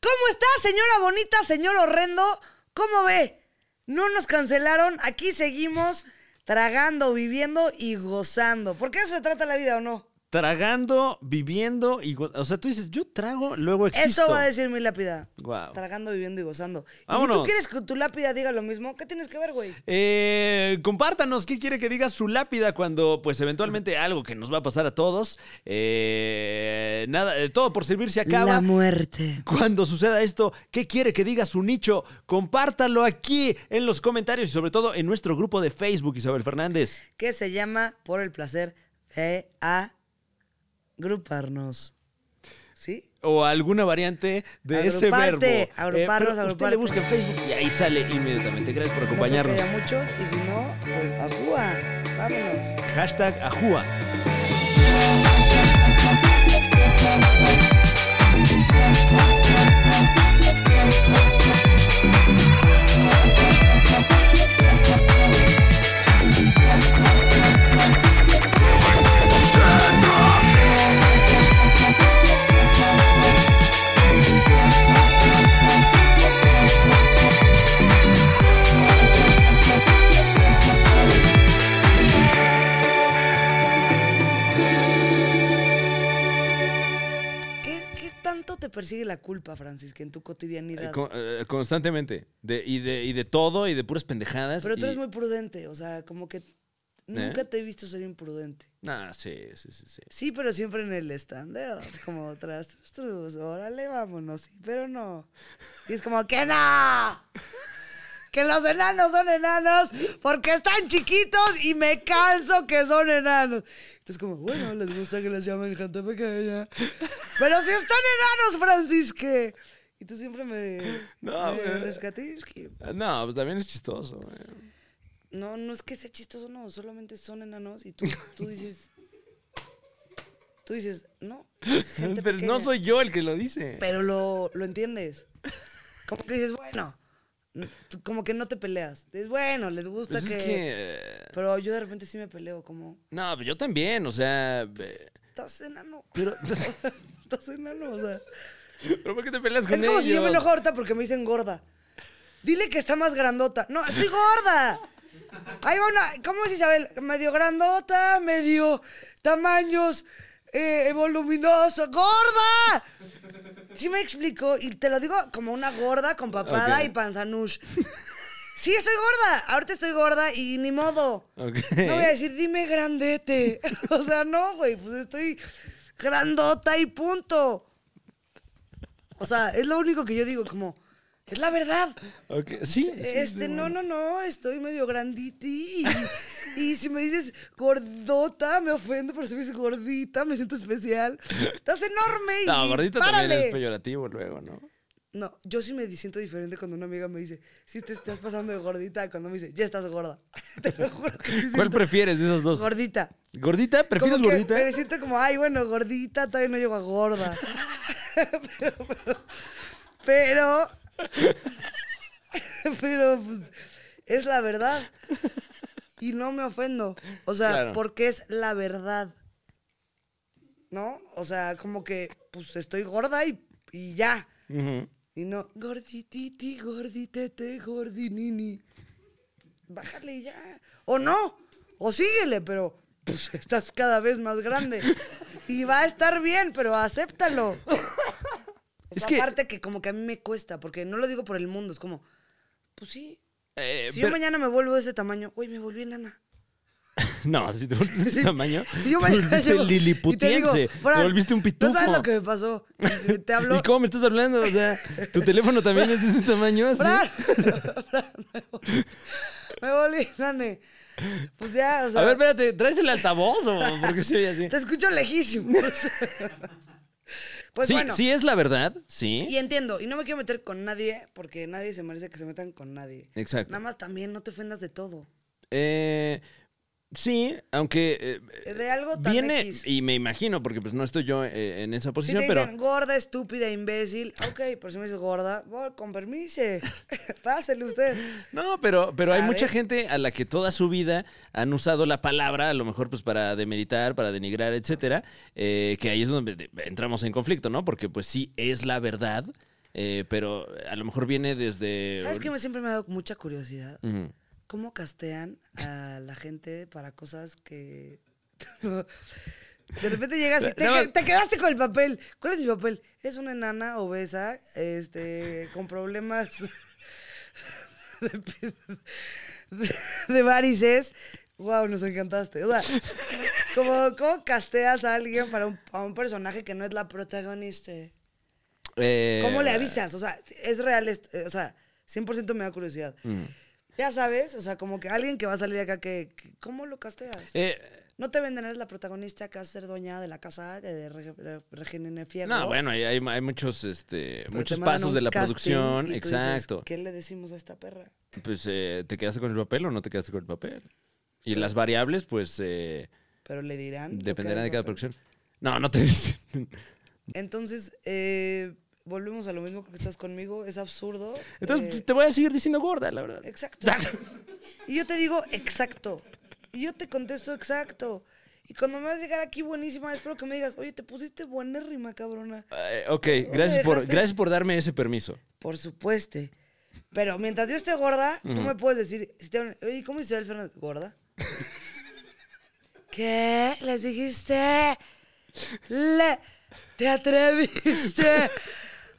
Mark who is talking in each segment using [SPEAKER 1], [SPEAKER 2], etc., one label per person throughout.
[SPEAKER 1] ¿Cómo está, señora bonita, señor horrendo? ¿Cómo ve? No nos cancelaron, aquí seguimos tragando, viviendo y gozando. ¿Por qué eso se trata la vida o no?
[SPEAKER 2] Tragando, viviendo y... go- O sea, tú dices, yo trago, luego existo.
[SPEAKER 1] Eso va a decir mi lápida.
[SPEAKER 2] Guau.
[SPEAKER 1] Tragando, viviendo y gozando. Y si tú
[SPEAKER 2] Vámonos.
[SPEAKER 1] quieres que tu lápida diga lo mismo, ¿qué tienes que ver, güey?
[SPEAKER 2] Eh, compártanos qué quiere que diga su lápida cuando, pues, eventualmente algo que nos va a pasar a todos. Eh, nada, eh, todo por servirse acaba.
[SPEAKER 1] La muerte.
[SPEAKER 2] Cuando suceda esto, ¿qué quiere que diga su nicho? Compártalo aquí en los comentarios y sobre todo en nuestro grupo de Facebook, Isabel Fernández.
[SPEAKER 1] Que se llama Por el placer de agruparnos. ¿Sí?
[SPEAKER 2] O alguna variante de ese verbo.
[SPEAKER 1] Agruparte,
[SPEAKER 2] Eh,
[SPEAKER 1] agruparnos,
[SPEAKER 2] pero usted
[SPEAKER 1] agruparte.
[SPEAKER 2] le busca en Facebook y ahí sale inmediatamente. Gracias por
[SPEAKER 1] No creo que
[SPEAKER 2] acompañarnos.
[SPEAKER 1] haya muchos y si no, pues ajúa. Vámonos.
[SPEAKER 2] Hashtag Ajúa.
[SPEAKER 1] ¿Qué, qué tanto te persigue la culpa, Francis, que en tu
[SPEAKER 2] Eh,
[SPEAKER 1] cotidianidad?
[SPEAKER 2] constantemente. De, y, de, y de todo y de puras pendejadas.
[SPEAKER 1] Pero tú
[SPEAKER 2] y-
[SPEAKER 1] eres muy prudente, o sea, como que nunca te he visto ser imprudente.
[SPEAKER 2] Ah, sí, sí, sí, sí.
[SPEAKER 1] Sí, pero siempre en el stand-up, como tras tus trus, órale, vámonos, sí, pero no. Y es como, ¡que no! Que los enanos son enanos porque están chiquitos y me canso que son enanos. Entonces, como, bueno, les gusta que les llamen gente pequeña. Pero si están enanos, Francis, ¿qué? Y tú siempre me,
[SPEAKER 2] No,
[SPEAKER 1] me
[SPEAKER 2] güey.
[SPEAKER 1] rescatisqui.
[SPEAKER 2] No, pues también es chistoso. güey.
[SPEAKER 1] No, no es que sea chistoso, no. Solamente son enanos y tú, tú dices. Tú dices, no. gente
[SPEAKER 2] Pero no
[SPEAKER 1] pequeña.
[SPEAKER 2] soy yo el que lo dice.
[SPEAKER 1] Pero lo, lo entiendes. Como que dices, bueno. n- tú como que no te peleas. Dices, bueno, les gusta
[SPEAKER 2] Pues
[SPEAKER 1] que.
[SPEAKER 2] es que...
[SPEAKER 1] Pero yo de repente sí me peleo, como.
[SPEAKER 2] No, pero yo también, o sea. eh,
[SPEAKER 1] Estás enano.
[SPEAKER 2] Pero,
[SPEAKER 1] Estás enano, o sea.
[SPEAKER 2] pero ¿por qué te peleas con
[SPEAKER 1] Es como si yo me
[SPEAKER 2] ellos?
[SPEAKER 1] enojo ahorita porque me dicen gorda. Dile que está más grandota. No, estoy gorda. Ahí va una. ¿Cómo es Isabel? Medio grandota, medio tamaños, eh, voluminoso. ¡Gorda! Sí me explico. Y te lo digo como una gorda con papada
[SPEAKER 2] Ok.
[SPEAKER 1] y panzanush. Sí, estoy gorda. Ahorita estoy gorda y ni modo.
[SPEAKER 2] Ok.
[SPEAKER 1] No voy a decir, dime grandete. O sea, no, güey. Pues estoy grandota y punto. O sea, es lo único que yo digo, como, es la verdad.
[SPEAKER 2] Ok, Sí. sí,
[SPEAKER 1] Este,
[SPEAKER 2] sí,
[SPEAKER 1] no,
[SPEAKER 2] bueno.
[SPEAKER 1] no, no, estoy medio granditi. Y, y si me dices gordota, me ofendo, pero si me dices gordita, me siento especial. Estás enorme y.
[SPEAKER 2] No, gordita también
[SPEAKER 1] párale.
[SPEAKER 2] es peyorativo luego, ¿no?
[SPEAKER 1] No, yo sí me siento diferente cuando una amiga me dice, sí te estás pasando de gordita, cuando me dice, ya estás gorda. Te lo juro que sí
[SPEAKER 2] ¿Cuál
[SPEAKER 1] siento
[SPEAKER 2] prefieres de esos dos?
[SPEAKER 1] Gordita.
[SPEAKER 2] ¿Gordita?
[SPEAKER 1] Como
[SPEAKER 2] ¿Prefieres
[SPEAKER 1] que
[SPEAKER 2] gordita?
[SPEAKER 1] Me siento como, ay, bueno, gordita, todavía no llego a gorda. pero, pero, pero, pero, pues, es la verdad. Y no me ofendo. O sea,
[SPEAKER 2] Claro.
[SPEAKER 1] porque es la verdad. ¿No? O sea, como que, pues, estoy gorda y, y ya.
[SPEAKER 2] Ujú.
[SPEAKER 1] Y no, gordititi, gorditete, gordinini. Bájale y ya. O no, o síguele, pero pues estás cada vez más grande. Y va a estar bien, pero acéptalo.
[SPEAKER 2] Es
[SPEAKER 1] Es
[SPEAKER 2] que-
[SPEAKER 1] que... Aparte que como que a mí me cuesta, porque no lo digo por el mundo, es como, pues sí.
[SPEAKER 2] Eh,
[SPEAKER 1] Si yo
[SPEAKER 2] pero-
[SPEAKER 1] mañana me vuelvo de ese tamaño, uy, me volví enana.
[SPEAKER 2] No, si te volviste de
[SPEAKER 1] Sí.
[SPEAKER 2] ese tamaño.
[SPEAKER 1] Si yo
[SPEAKER 2] te
[SPEAKER 1] mañana
[SPEAKER 2] volviste
[SPEAKER 1] llego y te
[SPEAKER 2] liliputiense.
[SPEAKER 1] digo,
[SPEAKER 2] Te,
[SPEAKER 1] Fran,
[SPEAKER 2] volviste un pitufo.
[SPEAKER 1] ¿No sabes lo que me pasó? Te- Te hablo...
[SPEAKER 2] ¿Y cómo me estás hablando? O sea, tu teléfono también es de ese tamaño. así?
[SPEAKER 1] Fran, Fran, me volví- me volví, nane. Pues ya, o sea,
[SPEAKER 2] A ver, espérate, ¿traes el altavoz o por qué se oye así?
[SPEAKER 1] te escucho lejísimo. Pues
[SPEAKER 2] sí,
[SPEAKER 1] bueno,
[SPEAKER 2] sí ¿eh? es la verdad, sí.
[SPEAKER 1] y entiendo, y no me quiero meter con nadie, porque nadie se merece que se metan con nadie.
[SPEAKER 2] Exacto.
[SPEAKER 1] Nada más también no te ofendas de todo.
[SPEAKER 2] Eh, sí, aunque eh,
[SPEAKER 1] De algo tan
[SPEAKER 2] viene
[SPEAKER 1] X.
[SPEAKER 2] y me imagino porque pues no estoy yo eh, en esa
[SPEAKER 1] Si
[SPEAKER 2] posición,
[SPEAKER 1] te
[SPEAKER 2] pero
[SPEAKER 1] dicen gorda, estúpida, imbécil, ok, pero si me dices gorda, voy, con permiso, pásele usted.
[SPEAKER 2] no, pero pero hay mucha
[SPEAKER 1] ¿Sabes?
[SPEAKER 2] gente a la que toda su vida han usado la palabra a lo mejor pues para demeritar, para denigrar, etcétera, eh, que ahí es donde de- entramos en conflicto, ¿no? Porque pues sí es la verdad. eh, pero a lo mejor viene desde...
[SPEAKER 1] ¿Sabes qué? Me- Siempre me ha dado mucha curiosidad.
[SPEAKER 2] Ujú.
[SPEAKER 1] ¿Cómo castean a la gente para cosas que... De repente llegas y te,
[SPEAKER 2] Nada más-
[SPEAKER 1] te quedaste con el papel. ¿Cuál es mi papel? Eres una enana obesa, este, con problemas de, de varices. Wow, nos encantaste. O sea, como, ¿cómo casteas a alguien para un, para un personaje que no es la protagonista?
[SPEAKER 2] Eh,
[SPEAKER 1] ¿Cómo le avisas? O sea, es real, est- eh, o sea, 100% me da curiosidad.
[SPEAKER 2] Mm.
[SPEAKER 1] Ya sabes, o sea, como que alguien que va a salir acá que, que- ¿cómo lo casteas?
[SPEAKER 2] eh,
[SPEAKER 1] No te venden, eres la protagonista que vas a ser dueña de la casa de, Reg- de Regine Fierro.
[SPEAKER 2] no, bueno, hay, hay- hay muchos, este,
[SPEAKER 1] pero
[SPEAKER 2] muchos
[SPEAKER 1] te mandan
[SPEAKER 2] pasos
[SPEAKER 1] un
[SPEAKER 2] de la
[SPEAKER 1] casting
[SPEAKER 2] producción,
[SPEAKER 1] y tú dices,
[SPEAKER 2] exacto.
[SPEAKER 1] ¿Qué le decimos a esta perra?
[SPEAKER 2] Pues, eh, ¿te quedaste con el papel o no te quedaste con el papel? Y las variables, pues, eh,
[SPEAKER 1] Pero le dirán. lo que
[SPEAKER 2] dependerán
[SPEAKER 1] era
[SPEAKER 2] de
[SPEAKER 1] el
[SPEAKER 2] cada
[SPEAKER 1] papel.
[SPEAKER 2] producción. No, no te dicen.
[SPEAKER 1] Entonces, eh, volvemos a lo mismo que estás conmigo. Es absurdo.
[SPEAKER 2] Entonces,
[SPEAKER 1] eh,
[SPEAKER 2] pues, te voy a seguir diciendo gorda, la verdad.
[SPEAKER 1] Exacto. Y yo te digo exacto. Y yo te contesto exacto. Y cuando me vas a llegar aquí buenísima, espero que me digas, oye, te pusiste buenérrima, cabrona.
[SPEAKER 2] Eh, ok, gracias por,
[SPEAKER 1] dejaste?
[SPEAKER 2] gracias por darme ese permiso.
[SPEAKER 1] Por supuesto. Pero mientras yo esté gorda, tú me puedes decir, si te hablan, oye, ¿cómo dice el Fernández? ¿Gorda? ¿Qué? ¿Les dijiste? Le- ¿Te atreviste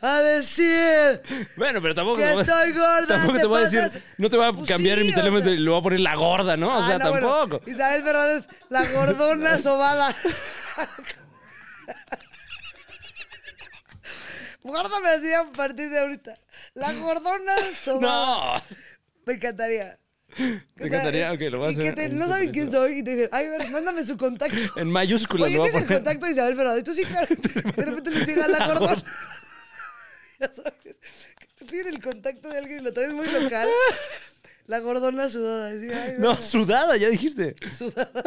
[SPEAKER 1] a decir?
[SPEAKER 2] Bueno, pero tampoco.
[SPEAKER 1] Ya
[SPEAKER 2] te voy a-
[SPEAKER 1] estoy gorda,
[SPEAKER 2] Tampoco te,
[SPEAKER 1] te
[SPEAKER 2] voy a
[SPEAKER 1] pasas.
[SPEAKER 2] decir. No te voy a
[SPEAKER 1] Pues
[SPEAKER 2] cambiar
[SPEAKER 1] sí,
[SPEAKER 2] mi
[SPEAKER 1] o
[SPEAKER 2] teléfono
[SPEAKER 1] sea.
[SPEAKER 2] y le voy a poner la gorda, ¿no? o
[SPEAKER 1] Ah,
[SPEAKER 2] sea,
[SPEAKER 1] no, bueno,
[SPEAKER 2] tampoco.
[SPEAKER 1] Isabel Fernández, la gordona sobada. Gorda me hacía a partir de ahorita. La gordona sobada.
[SPEAKER 2] No.
[SPEAKER 1] Me encantaría.
[SPEAKER 2] Te encantaría, ok, lo voy a
[SPEAKER 1] Y que
[SPEAKER 2] hacer.
[SPEAKER 1] te-
[SPEAKER 2] en-
[SPEAKER 1] no saben quién soy y te dicen, ay, a ver, mándame su contacto.
[SPEAKER 2] En mayúsculas
[SPEAKER 1] Oye,
[SPEAKER 2] lo voy a
[SPEAKER 1] ¿tienes el
[SPEAKER 2] poner.
[SPEAKER 1] contacto de Isabel Fernández? Tú sí, claro. De repente les llega la gordona. ya sabes. que te Piden el contacto de alguien y lo traes muy local. La gordona sudada. así, ay,
[SPEAKER 2] No,
[SPEAKER 1] verga.
[SPEAKER 2] sudada, ya dijiste.
[SPEAKER 1] Sudada.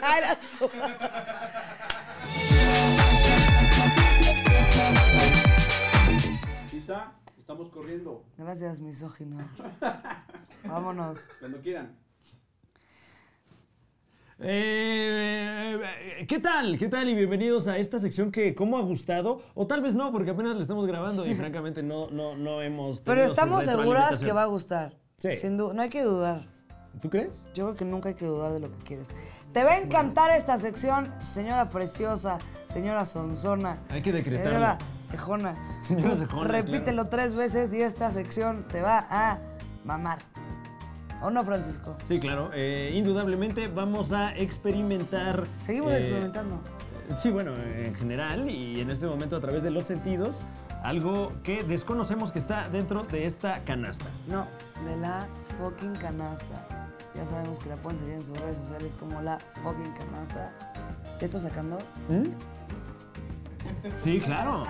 [SPEAKER 1] Ah, era sudada.
[SPEAKER 3] Isa, estamos corriendo.
[SPEAKER 1] Gracias, misógino. Vámonos.
[SPEAKER 3] Cuando quieran.
[SPEAKER 4] Eh, eh, ¿Qué tal? ¿Qué tal? Y bienvenidos a esta sección que, ¿cómo ha gustado? O tal vez no, porque apenas la estamos grabando y francamente no, no, no hemos.
[SPEAKER 1] Pero
[SPEAKER 4] tenido su
[SPEAKER 1] estamos seguras que
[SPEAKER 4] retroalimentación.
[SPEAKER 1] va a gustar.
[SPEAKER 4] Sí.
[SPEAKER 1] Sin du- no hay que dudar.
[SPEAKER 4] ¿Tú crees?
[SPEAKER 1] Yo creo que nunca hay que dudar de lo que quieres. Te va a encantar esta sección, señora preciosa, señora sonzona.
[SPEAKER 4] Hay que decretarlo.
[SPEAKER 1] Señora cejona.
[SPEAKER 4] Señora cejona,
[SPEAKER 1] Repítelo tres veces y esta sección te va a mamar. ¿O no, Francisco?
[SPEAKER 4] Sí, claro. eh, indudablemente vamos a experimentar.
[SPEAKER 1] Seguimos
[SPEAKER 4] eh,
[SPEAKER 1] experimentando.
[SPEAKER 4] Sí, bueno, en general y en este momento a través de los sentidos, algo que desconocemos que está dentro de esta canasta.
[SPEAKER 1] No, de la fucking canasta. Ya sabemos que la pueden seguir en sus redes sociales como la fucking canasta. ¿Ya está sacando?
[SPEAKER 4] ¿Mm? Sí, claro.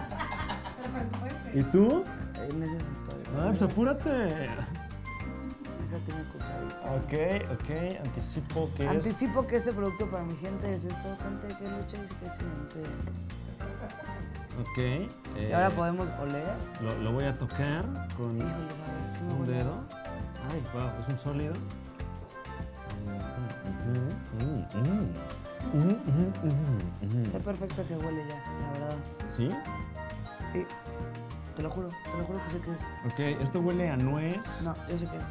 [SPEAKER 4] ¿Y tú?
[SPEAKER 1] En esas historias.
[SPEAKER 4] Ah, pues apúrate.
[SPEAKER 1] Esa tiene cucharita.
[SPEAKER 4] Ok, ok, anticipo que es.
[SPEAKER 1] Anticipo que este producto para mi gente es esto, gente que lucha y se creciente.
[SPEAKER 4] Ok. eh,
[SPEAKER 1] Y ahora podemos oler.
[SPEAKER 4] lo, lo voy a tocar con
[SPEAKER 1] Híjoles, a ver si me
[SPEAKER 4] un
[SPEAKER 1] huele.
[SPEAKER 4] dedo. Ay, wow, es un sólido. Mm, mm, mm, mm, mm, mm, mm, mm.
[SPEAKER 1] Sé perfecto que huele ya, la verdad.
[SPEAKER 4] ¿Sí?
[SPEAKER 1] Sí. Te lo juro, te lo juro que sé que es.
[SPEAKER 4] Ok, esto huele a nuez.
[SPEAKER 1] No, yo sé que es.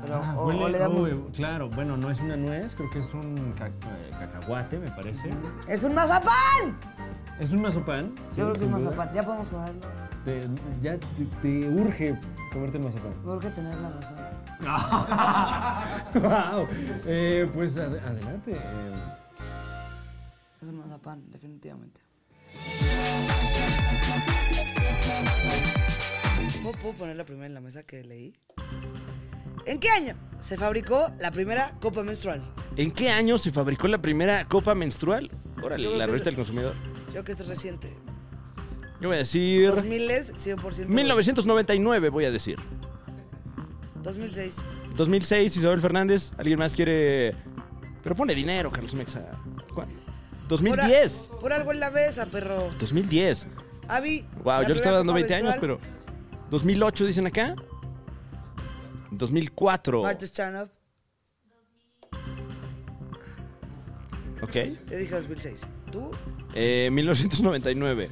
[SPEAKER 1] Pero
[SPEAKER 4] Ah,
[SPEAKER 1] o,
[SPEAKER 4] huele,
[SPEAKER 1] o le damos.
[SPEAKER 4] uy, claro, bueno, no es una nuez, creo que es un ca- eh, cacahuate, me parece.
[SPEAKER 1] ¡Es un mazapán!
[SPEAKER 4] Es un mazapán. sí,
[SPEAKER 1] yo creo que es
[SPEAKER 4] sin duda.
[SPEAKER 1] mazapán. Ya podemos probarlo.
[SPEAKER 4] Te- ya te, te urge comerte el mazapán.
[SPEAKER 1] Me urge tener la razón.
[SPEAKER 4] wow. Eh, pues ad- adelante. eh.
[SPEAKER 1] Es un mazapán, definitivamente. ¿Puedo, puedo poner la primera en la mesa que leí? ¿En qué año se fabricó la primera copa menstrual?
[SPEAKER 2] ¿En qué año se fabricó la primera copa menstrual?
[SPEAKER 1] Yo
[SPEAKER 2] Órale,
[SPEAKER 1] creo
[SPEAKER 2] la
[SPEAKER 1] que
[SPEAKER 2] revista
[SPEAKER 1] es-
[SPEAKER 2] del consumidor.
[SPEAKER 1] Yo creo que es reciente.
[SPEAKER 2] Yo voy a decir.
[SPEAKER 1] 2000 es 100%.
[SPEAKER 2] 1999, voy a decir.
[SPEAKER 1] 2006.
[SPEAKER 2] 2006, Isabel Fernández. ¿Alguien más quiere.? Pero pone dinero, Carlos Mexa. ¿Cuál? 2010.
[SPEAKER 1] Por, por algo en la mesa, perro.
[SPEAKER 2] 2010.
[SPEAKER 1] Avi. la
[SPEAKER 2] Wow, yo le
[SPEAKER 1] primera
[SPEAKER 2] estaba dando
[SPEAKER 1] copa
[SPEAKER 2] 20 años, pero.
[SPEAKER 1] menstrual,
[SPEAKER 2] 2008 dicen acá. 2004.
[SPEAKER 1] Marta Stanhope.
[SPEAKER 2] Ok.
[SPEAKER 1] Yo dije 2006. ¿Tú?
[SPEAKER 2] Eh, 1999.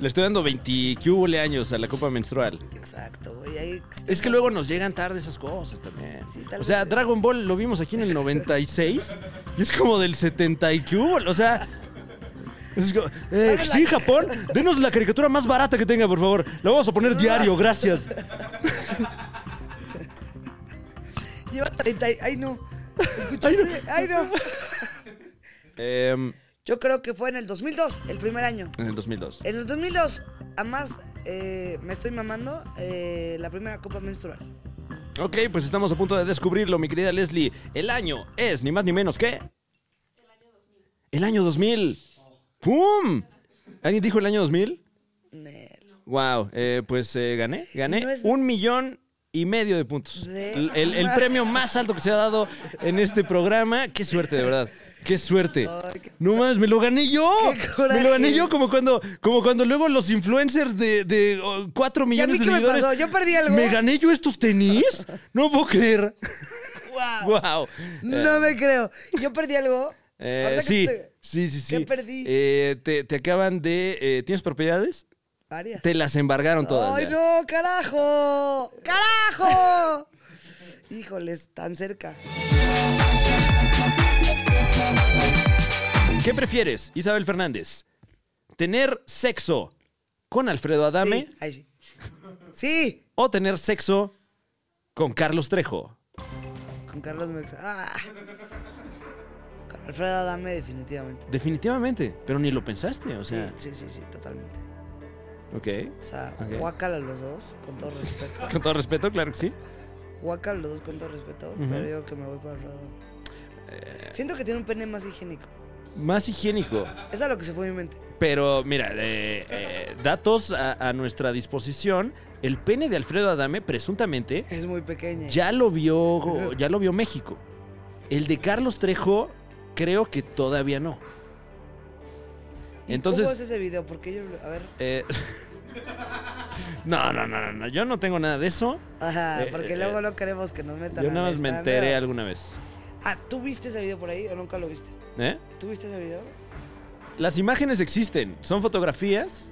[SPEAKER 2] Le estoy dando 20 cúbole años a la copa menstrual.
[SPEAKER 1] Exacto, güey. Ahí
[SPEAKER 2] Es que luego nos llegan tarde esas cosas también.
[SPEAKER 1] Sí, tal
[SPEAKER 2] o
[SPEAKER 1] vez
[SPEAKER 2] sea,
[SPEAKER 1] sí.
[SPEAKER 2] Dragon Ball lo vimos aquí en el 96 y es como del 70 y qué hubo, O sea. es como, eh,
[SPEAKER 1] Dame la-
[SPEAKER 2] sí, Japón, denos la caricatura más barata que tenga, por favor. La vamos a poner diario, gracias.
[SPEAKER 1] lleva 30. y- Ay, no. Escúchame. Ay, no.
[SPEAKER 2] Em,
[SPEAKER 1] Yo creo que fue en el 2002, el primer año.
[SPEAKER 2] en el 2002.
[SPEAKER 1] En el 2002, además, eh, me estoy mamando eh, la primera copa menstrual.
[SPEAKER 2] Ok, pues estamos a punto de descubrirlo, mi querida Leslie. El año es ni más ni menos que. El año 2000. ¡Pum! ¿Alguien dijo el año 2000?
[SPEAKER 1] Nel.
[SPEAKER 2] Wow, eh, pues eh, gané, gané
[SPEAKER 1] No es-
[SPEAKER 2] un millón y medio de puntos.
[SPEAKER 1] Ve-
[SPEAKER 2] El, el- el premio más alto que se ha dado en este programa. Qué suerte, de verdad. Qué suerte.
[SPEAKER 1] Ay, qué-
[SPEAKER 2] No más, me lo gané yo.
[SPEAKER 1] Qué coraje.
[SPEAKER 2] Me lo gané yo como cuando, como cuando luego los influencers de, de 4
[SPEAKER 1] ¿Y a
[SPEAKER 2] millones
[SPEAKER 1] mí
[SPEAKER 2] de
[SPEAKER 1] qué me
[SPEAKER 2] seguidores.
[SPEAKER 1] pasó? ¿Yo perdí algo?
[SPEAKER 2] ¿Me gané yo estos tenis? No puedo creer.
[SPEAKER 1] ¡Wow!
[SPEAKER 2] Wow.
[SPEAKER 1] No me creo. Yo perdí algo. Ahorita que
[SPEAKER 2] eh. sí,
[SPEAKER 1] te-
[SPEAKER 2] sí, sí, sí.
[SPEAKER 1] ¿Qué perdí?
[SPEAKER 2] Eh, te, te acaban de. eh, ¿Tienes propiedades?
[SPEAKER 1] Varias.
[SPEAKER 2] Te las embargaron todas.
[SPEAKER 1] ¡Ay,
[SPEAKER 2] ya.
[SPEAKER 1] no! ¡Carajo! ¡Carajo! Híjoles, tan cerca.
[SPEAKER 2] ¿Qué prefieres, Isabel Fernández? ¿Tener sexo con Alfredo Adame
[SPEAKER 1] Sí. ay, sí. Sí,
[SPEAKER 2] o tener sexo con Carlos Trejo?
[SPEAKER 1] con Carlos Mex. Ah. Con Alfredo Adame, definitivamente.
[SPEAKER 2] Definitivamente, pero ni lo pensaste, o
[SPEAKER 1] Sí,
[SPEAKER 2] sea,
[SPEAKER 1] sí, sí, sí, totalmente.
[SPEAKER 2] ok.
[SPEAKER 1] O sea,
[SPEAKER 2] Ok.
[SPEAKER 1] guácala los dos, con todo respeto.
[SPEAKER 2] Con todo respeto, claro que sí.
[SPEAKER 1] Guácala los dos, con todo respeto, pero yo que me voy para Alfredo Adame. Siento que tiene un pene más higiénico.
[SPEAKER 2] Más higiénico.
[SPEAKER 1] Es a lo que se fue mi mente.
[SPEAKER 2] Pero mira, eh, eh, datos a, a nuestra disposición. El pene de Alfredo Adame, presuntamente,
[SPEAKER 1] Es muy pequeña.
[SPEAKER 2] ya lo vio, ya lo vio México. El de Carlos Trejo, creo que todavía no.
[SPEAKER 1] ¿Y
[SPEAKER 2] Entonces,
[SPEAKER 1] ¿Cómo es ese video? Porque yo. A ver.
[SPEAKER 2] Eh, no, no, no, no, no, yo no tengo nada de eso.
[SPEAKER 1] Ajá,
[SPEAKER 2] Eh,
[SPEAKER 1] porque
[SPEAKER 2] eh,
[SPEAKER 1] luego no queremos que nos metan.
[SPEAKER 2] Yo
[SPEAKER 1] al
[SPEAKER 2] nada más me
[SPEAKER 1] stand-up.
[SPEAKER 2] enteré alguna vez.
[SPEAKER 1] Ah, ¿tú viste ese video por ahí o nunca lo viste?
[SPEAKER 2] ¿Eh?
[SPEAKER 1] ¿Tú viste ese video?
[SPEAKER 2] Las imágenes existen, son fotografías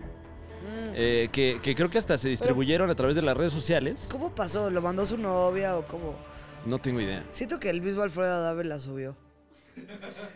[SPEAKER 1] Mm.
[SPEAKER 2] eh, que, que creo que hasta se distribuyeron a través de las redes sociales.
[SPEAKER 1] ¿Cómo pasó? ¿Lo mandó su novia o cómo?
[SPEAKER 2] No tengo idea.
[SPEAKER 1] Siento que el mismo Alfredo Adame la subió.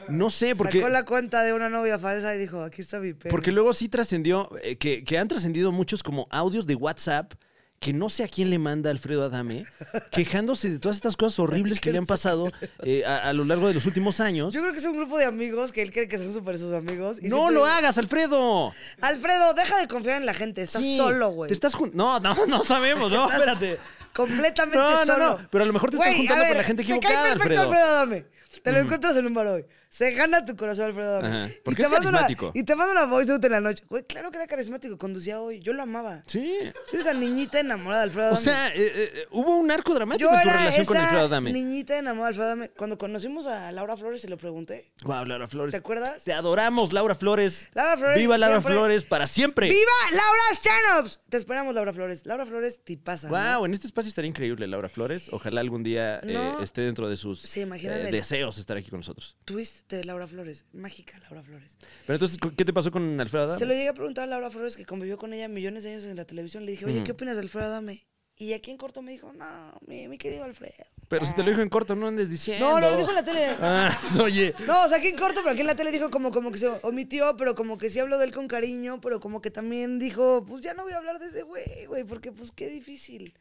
[SPEAKER 2] No sé, porque,
[SPEAKER 1] Sacó la cuenta de una novia falsa y dijo, aquí está mi pene.
[SPEAKER 2] porque luego sí trascendió, eh, que, que han trascendido muchos como audios de WhatsApp que no sé a quién le manda Alfredo Adame, quejándose de todas estas cosas horribles que le han pasado eh, a, a lo largo de los últimos años.
[SPEAKER 1] Yo creo que es un grupo de amigos que él cree que son súper sus amigos. y
[SPEAKER 2] No
[SPEAKER 1] siempre
[SPEAKER 2] lo
[SPEAKER 1] dice,
[SPEAKER 2] hagas, Alfredo.
[SPEAKER 1] Alfredo, deja de confiar en la gente. Estás
[SPEAKER 2] Sí,
[SPEAKER 1] solo, güey.
[SPEAKER 2] Te estás jun- No, no, no sabemos, no,
[SPEAKER 1] Estás
[SPEAKER 2] espérate.
[SPEAKER 1] Completamente
[SPEAKER 2] No, no,
[SPEAKER 1] solo.
[SPEAKER 2] no, pero a lo mejor te estás
[SPEAKER 1] Güey, a
[SPEAKER 2] juntando con
[SPEAKER 1] ver,
[SPEAKER 2] la gente
[SPEAKER 1] te cae
[SPEAKER 2] equivocada,
[SPEAKER 1] perfecto,
[SPEAKER 2] Alfredo. Mm.
[SPEAKER 1] Alfredo Adame. Te lo encuentras en un bar hoy. Se gana tu corazón, Alfredo Adame.
[SPEAKER 2] Ajá,
[SPEAKER 1] Y
[SPEAKER 2] porque
[SPEAKER 1] te
[SPEAKER 2] es
[SPEAKER 1] manda una-
[SPEAKER 2] carismático.
[SPEAKER 1] y te manda una voice note en la noche. Güey, claro que era carismático. Conducía hoy. Yo lo amaba.
[SPEAKER 2] Sí.
[SPEAKER 1] Yo era esa niñita enamorada de Alfredo
[SPEAKER 2] O
[SPEAKER 1] Adame.
[SPEAKER 2] sea, eh, eh, hubo un arco
[SPEAKER 1] yo
[SPEAKER 2] dramático en tu
[SPEAKER 1] era
[SPEAKER 2] relación
[SPEAKER 1] esa
[SPEAKER 2] con Alfredo Adame.
[SPEAKER 1] niñita enamorada de Alfredo Adame. Cuando conocimos a Laura Flores, se lo pregunté.
[SPEAKER 2] Guau, Laura Flores.
[SPEAKER 1] ¿Te acuerdas?
[SPEAKER 2] Pues, Te adoramos, Laura Flores.
[SPEAKER 1] Laura Flores,
[SPEAKER 2] Viva Laura
[SPEAKER 1] siempre.
[SPEAKER 2] Flores para siempre.
[SPEAKER 1] ¡Viva Laura Chanops! Te esperamos, Laura Flores. Laura Flores, tipaza. ¿no?
[SPEAKER 2] Wow, en este espacio estaría increíble Laura Flores. Ojalá algún día eh,
[SPEAKER 1] No.
[SPEAKER 2] esté dentro de sus
[SPEAKER 1] Sí, imagínate
[SPEAKER 2] eh,
[SPEAKER 1] el-
[SPEAKER 2] deseos estar aquí con nosotros.
[SPEAKER 1] Twist de Laura Flores. Mágica Laura Flores.
[SPEAKER 2] Pero entonces, ¿qué te pasó con Alfredo Adame?
[SPEAKER 1] Se lo llegué a preguntar a Laura Flores, que convivió con ella millones de años en la televisión. Le dije,
[SPEAKER 2] Mm.
[SPEAKER 1] oye, ¿qué opinas de Alfredo Adame? Y aquí en corto me dijo, no, mi, mi querido Alfredo.
[SPEAKER 2] Pero si te lo dijo en corto, no andes diciendo.
[SPEAKER 1] No, no, lo dijo en la tele.
[SPEAKER 2] Ah, pues, oye.
[SPEAKER 1] No, o sea, aquí en corto, pero aquí en la tele dijo como, como que se omitió, pero como que sí habló de él con cariño, pero como que también dijo, pues ya no voy a hablar de ese güey, güey, porque pues qué difícil.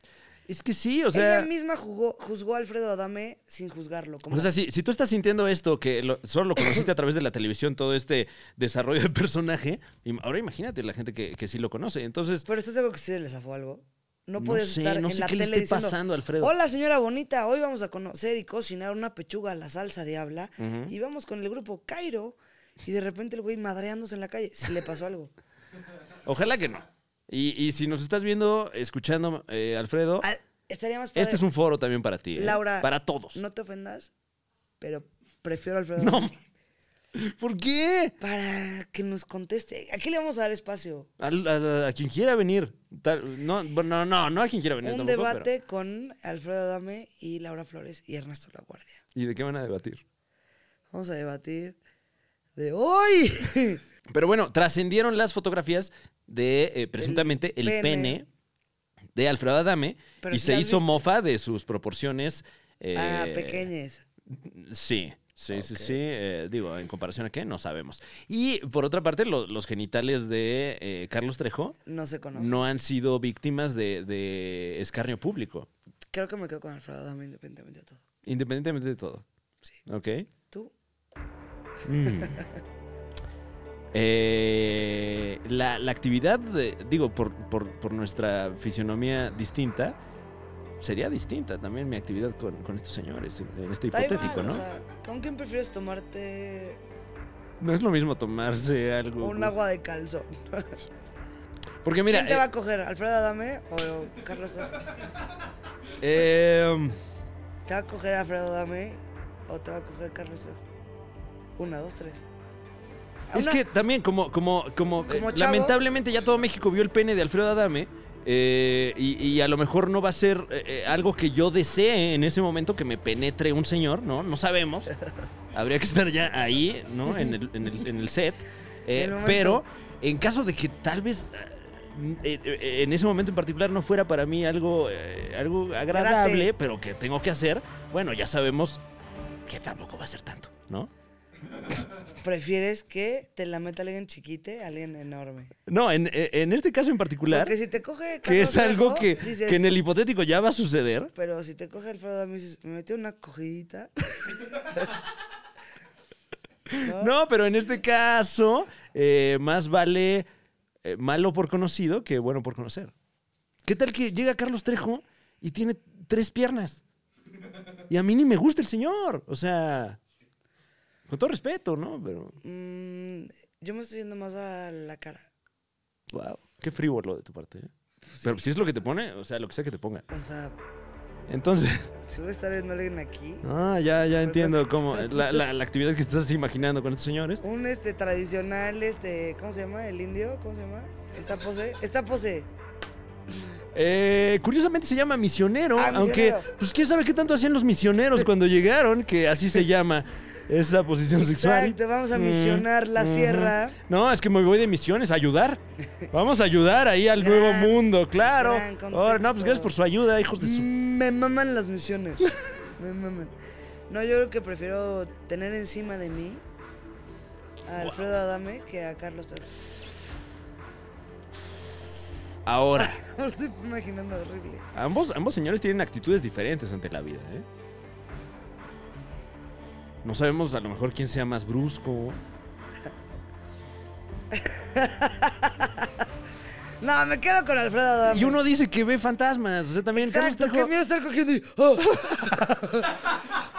[SPEAKER 2] Es que sí, o sea.
[SPEAKER 1] ella misma jugó, juzgó a Alfredo Adame sin juzgarlo. Como,
[SPEAKER 2] O sea, si, si tú estás sintiendo esto, que lo- solo lo conociste a través de la televisión, todo este desarrollo de personaje, im- ahora imagínate la gente que, que sí lo conoce. Entonces,
[SPEAKER 1] Pero estás de acuerdo que sí se le zafó algo. No
[SPEAKER 2] No
[SPEAKER 1] podías
[SPEAKER 2] sé,
[SPEAKER 1] estar
[SPEAKER 2] no
[SPEAKER 1] en
[SPEAKER 2] sé
[SPEAKER 1] la
[SPEAKER 2] qué le
[SPEAKER 1] tele
[SPEAKER 2] esté
[SPEAKER 1] diciendo,
[SPEAKER 2] pasando, Alfredo.
[SPEAKER 1] Hola, señora bonita. Hoy vamos a conocer y cocinar una pechuga a la salsa diabla. Y vamos con el grupo Cairo. Y de repente el güey madreándose en la calle. Si le pasó algo.
[SPEAKER 2] ojalá que no. Y, y si nos estás viendo, escuchando, eh, Alfredo,
[SPEAKER 1] Al- Ah, estaría más padre.
[SPEAKER 2] este es un foro también para ti. ¿eh?
[SPEAKER 1] Laura.
[SPEAKER 2] Para todos. No.
[SPEAKER 1] No te ofendas, pero prefiero a Alfredo.
[SPEAKER 2] ¿Por qué?
[SPEAKER 1] Para que nos conteste. Aquí le vamos a dar espacio.
[SPEAKER 2] Al- A, a- a quien quiera venir. Tal- no, bueno, no, no a quien quiera venir.
[SPEAKER 1] Un
[SPEAKER 2] tampoco, pero-
[SPEAKER 1] debate con Alfredo Adame y Laura Flores y Ernesto La Guardia.
[SPEAKER 2] ¿Y de qué van a debatir?
[SPEAKER 1] Vamos a debatir de hoy.
[SPEAKER 2] Pero bueno, trascendieron las fotografías de, eh, presuntamente, el,
[SPEAKER 1] pene.
[SPEAKER 2] pene de Alfredo Adame
[SPEAKER 1] Pero
[SPEAKER 2] y
[SPEAKER 1] si
[SPEAKER 2] se
[SPEAKER 1] lo has
[SPEAKER 2] hizo
[SPEAKER 1] visto.
[SPEAKER 2] mofa de sus proporciones. eh,
[SPEAKER 1] Ah, pequeñes.
[SPEAKER 2] Sí, sí, sí, sí. eh, digo, en comparación a qué, no sabemos. Y por otra parte, lo- los genitales de eh, Carlos Trejo
[SPEAKER 1] No se conocen.
[SPEAKER 2] no han sido víctimas de, de escarnio público,
[SPEAKER 1] Creo que me quedo con Alfredo Adame independientemente de todo.
[SPEAKER 2] independientemente de todo.
[SPEAKER 1] Sí.
[SPEAKER 2] ¿Ok?
[SPEAKER 1] ¿Tú?
[SPEAKER 2] Eh, la, la actividad, de- digo, por, por- por nuestra fisionomía distinta, sería distinta también mi actividad con, con estos señores, en este
[SPEAKER 1] Da
[SPEAKER 2] hipotético,
[SPEAKER 1] igual,
[SPEAKER 2] ¿no?
[SPEAKER 1] O sea, ¿Con quién prefieres tomarte
[SPEAKER 2] no es lo mismo tomarse algo.
[SPEAKER 1] un agua de calzón?
[SPEAKER 2] Porque mira,
[SPEAKER 1] ¿Quién te va
[SPEAKER 2] eh,
[SPEAKER 1] a coger? ¿Alfredo Adame o Carlos Trejo?
[SPEAKER 2] eh,
[SPEAKER 1] ¿Te va a coger Alfredo Adame o te va a coger Carlos Trejo? Una, dos, tres.
[SPEAKER 2] es
[SPEAKER 1] Una-
[SPEAKER 2] que también como, como, como, eh,
[SPEAKER 1] Como chavo.
[SPEAKER 2] lamentablemente ya todo México vio el pene de Alfredo Adame. eh, y, y a lo mejor no va a ser eh, eh, algo que yo desee en ese momento que me penetre un señor, ¿no? No sabemos. Habría que estar ya ahí, ¿no? En el, en el- en el set. Eh,
[SPEAKER 1] El momento.
[SPEAKER 2] pero en caso de que tal vez eh, eh, en ese momento en particular no fuera para mí algo, eh, algo agradable,
[SPEAKER 1] Agrade.
[SPEAKER 2] pero que tengo que hacer, bueno, ya sabemos que tampoco va a ser tanto, ¿no?
[SPEAKER 1] ¿Prefieres que te la meta alguien chiquite, alguien enorme?
[SPEAKER 2] No, en, en este caso en particular,
[SPEAKER 1] Porque si te coge
[SPEAKER 2] que es
[SPEAKER 1] Carlos
[SPEAKER 2] algo
[SPEAKER 1] Trejo,
[SPEAKER 2] que,
[SPEAKER 1] dices,
[SPEAKER 2] que en el hipotético ya va a suceder.
[SPEAKER 1] Pero si te coge Alfredo Adame y dices, me metió una cogidita.
[SPEAKER 2] No, pero en este caso, eh, más vale eh, malo por conocido que bueno por conocer. ¿Qué tal que llega Carlos Trejo y tiene tres piernas? Y a mí ni me gusta el señor. O sea, con todo respeto, ¿no? Pero,
[SPEAKER 1] Mm, yo me estoy yendo más a la cara.
[SPEAKER 2] wow, qué frívolo de tu parte. ¿eh? Pero si es lo que te pone, o sea, lo que sea que te ponga.
[SPEAKER 1] O sea,
[SPEAKER 2] Entonces,
[SPEAKER 1] si voy a estar viendo a alguien aquí,
[SPEAKER 2] ah, ya, ya entiendo cómo la, la- la actividad que estás imaginando con estos señores.
[SPEAKER 1] un este tradicional, este, ¿cómo se llama? El indio, ¿cómo se llama? Esta pose, esta pose.
[SPEAKER 2] Eh, curiosamente se llama misionero,
[SPEAKER 1] Ah,
[SPEAKER 2] aunque
[SPEAKER 1] misionero.
[SPEAKER 2] pues quién sabe qué tanto hacían los misioneros cuando llegaron, que así se llama esa posición sexual.
[SPEAKER 1] Exacto, vamos a
[SPEAKER 2] Mm,
[SPEAKER 1] misionar la
[SPEAKER 2] ujú.
[SPEAKER 1] sierra.
[SPEAKER 2] No, es que me voy de misiones a ayudar. Vamos a ayudar ahí al
[SPEAKER 1] Gran,
[SPEAKER 2] nuevo mundo, claro.
[SPEAKER 1] gran contexto. Mm.
[SPEAKER 2] Ahora, no, pues gracias por su ayuda, hijos de su.
[SPEAKER 1] Me maman las misiones. Me maman. No, yo creo que prefiero tener encima de mí a Alfredo Adame que a Carlos Trejo.
[SPEAKER 2] Ahora,
[SPEAKER 1] Me lo estoy imaginando horrible.
[SPEAKER 2] ambos, ambos señores tienen actitudes diferentes ante la vida, ¿eh? No sabemos a lo mejor quién sea más brusco.
[SPEAKER 1] No, me quedo con Alfredo Adame.
[SPEAKER 2] Y uno dice que ve fantasmas. O sea, también Carlos
[SPEAKER 1] Exacto, que
[SPEAKER 2] Trejo-
[SPEAKER 1] miedo estar cogiendo y... ¡Oh!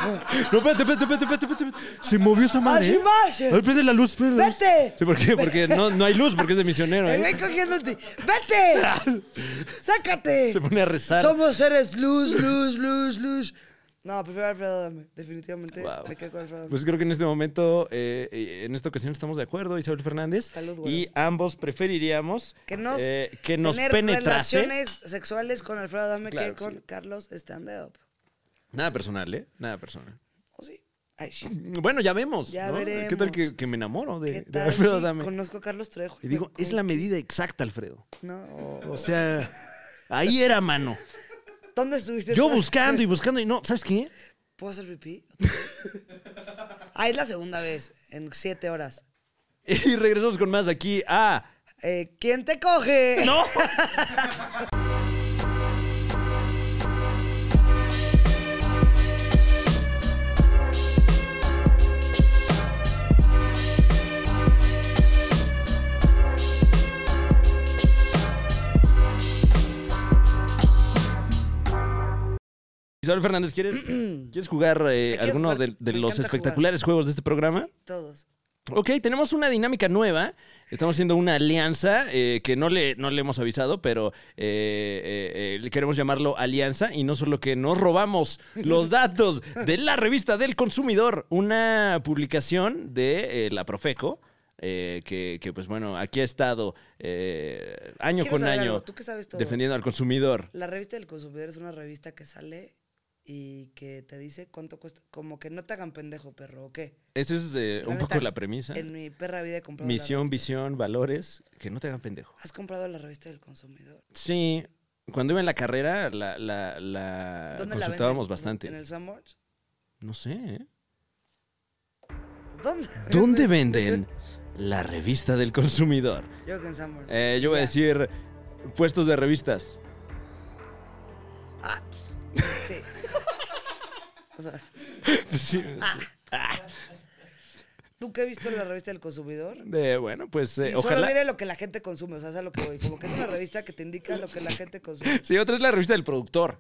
[SPEAKER 2] No, espérate, espérate, espérate, espérate, espérate, espérate. Se movió esa madre.
[SPEAKER 1] ¡Ay,
[SPEAKER 2] ¿eh?
[SPEAKER 1] Shimash!
[SPEAKER 2] A ver, prende la luz, prende la luz.
[SPEAKER 1] ¡Vete!
[SPEAKER 2] Sí, ¿por qué? Porque no, no hay luz, porque es de misionero,
[SPEAKER 1] Me
[SPEAKER 2] ¿eh?
[SPEAKER 1] voy cogiéndote. ¡Vete! ¡Sácate!
[SPEAKER 2] Se pone a rezar.
[SPEAKER 1] Somos seres luz, luz, luz, luz. No, prefiero a Alfredo Adame. Definitivamente
[SPEAKER 2] Wow.
[SPEAKER 1] me quedo con Alfredo Adame.
[SPEAKER 2] Pues creo que en este momento, eh, eh, en esta ocasión estamos de acuerdo, Isabel Fernández.
[SPEAKER 1] Salud, güey.
[SPEAKER 2] y ambos preferiríamos
[SPEAKER 1] que nos,
[SPEAKER 2] eh, que nos
[SPEAKER 1] tener
[SPEAKER 2] penetrase.
[SPEAKER 1] relaciones sexuales con Alfredo Adame
[SPEAKER 2] Claro
[SPEAKER 1] que
[SPEAKER 2] que
[SPEAKER 1] con
[SPEAKER 2] sí.
[SPEAKER 1] Carlos Stand Up.
[SPEAKER 2] Nada personal, ¿eh? Nada personal.
[SPEAKER 1] ¿O sí? Ay, sí.
[SPEAKER 2] Bueno, ya vemos.
[SPEAKER 1] Ya
[SPEAKER 2] ¿no?
[SPEAKER 1] veremos.
[SPEAKER 2] ¿Qué tal que, que me enamoro
[SPEAKER 1] ¿Qué
[SPEAKER 2] de, de
[SPEAKER 1] tal
[SPEAKER 2] Alfredo
[SPEAKER 1] si
[SPEAKER 2] Adame?
[SPEAKER 1] Conozco a Carlos Trejo.
[SPEAKER 2] Y digo,
[SPEAKER 1] me-
[SPEAKER 2] es la medida exacta, Alfredo.
[SPEAKER 1] No.
[SPEAKER 2] O sea, ahí era mano.
[SPEAKER 1] ¿Dónde estuviste?
[SPEAKER 2] Yo
[SPEAKER 1] tú?
[SPEAKER 2] buscando y buscando y no, ¿sabes qué?
[SPEAKER 1] ¿Puedo hacer pipí? ah, es la segunda vez en siete horas.
[SPEAKER 2] Y regresamos con más aquí a...
[SPEAKER 1] Eh, ¿Quién te coge?
[SPEAKER 2] ¡No! Isabel Fernández, ¿quieres, ¿quieres jugar eh,
[SPEAKER 1] quiero
[SPEAKER 2] alguno
[SPEAKER 1] jugar.
[SPEAKER 2] de, de
[SPEAKER 1] Me
[SPEAKER 2] los
[SPEAKER 1] encanta
[SPEAKER 2] espectaculares juegos de este programa?
[SPEAKER 1] Todos.
[SPEAKER 2] Ok, tenemos una dinámica nueva. Estamos haciendo una alianza eh, que no le, no le hemos avisado, pero eh, eh, eh, le queremos llamarlo alianza y no solo que nos robamos los datos de la revista del consumidor, una publicación de eh, la Profeco. eh, que, que, pues bueno, aquí ha estado eh, año
[SPEAKER 1] Quiero
[SPEAKER 2] con
[SPEAKER 1] saber
[SPEAKER 2] año
[SPEAKER 1] algo. Tú que sabes todo.
[SPEAKER 2] defendiendo al consumidor.
[SPEAKER 1] La revista del consumidor es una revista que sale y que te dice cuánto cuesta. Como que no te hagan pendejo, perro, ¿o qué?
[SPEAKER 2] Esa es eh,
[SPEAKER 1] La
[SPEAKER 2] un poco
[SPEAKER 1] neta,
[SPEAKER 2] la premisa.
[SPEAKER 1] En mi perra vida he comprado. la
[SPEAKER 2] Misión,
[SPEAKER 1] revista.
[SPEAKER 2] visión, valores, que no te hagan pendejo.
[SPEAKER 1] ¿Has comprado la revista del consumidor?
[SPEAKER 2] Sí, cuando iba en la carrera la, la, la
[SPEAKER 1] ¿Dónde la
[SPEAKER 2] consultábamos
[SPEAKER 1] venden?
[SPEAKER 2] Ah, pues, bastante.
[SPEAKER 1] ¿En el Summers?
[SPEAKER 2] No sé. ¿eh?
[SPEAKER 1] ¿Dónde?
[SPEAKER 2] ¿Dónde venden la revista del consumidor?
[SPEAKER 1] Yo creo que en Summers.
[SPEAKER 2] Eh, yo voy a decir puestos de revistas.
[SPEAKER 1] Ah, pues, sí. O sea,
[SPEAKER 2] Sí.
[SPEAKER 1] Ah. ¿tú qué has visto en la revista del consumidor?
[SPEAKER 2] Eh, bueno, pues eh,
[SPEAKER 1] Y Solo
[SPEAKER 2] ojalá.
[SPEAKER 1] mire lo que la gente consume, o sea, es a lo que voy. Como que es una revista que te indica lo que la gente consume.
[SPEAKER 2] Sí, otra es la revista del productor.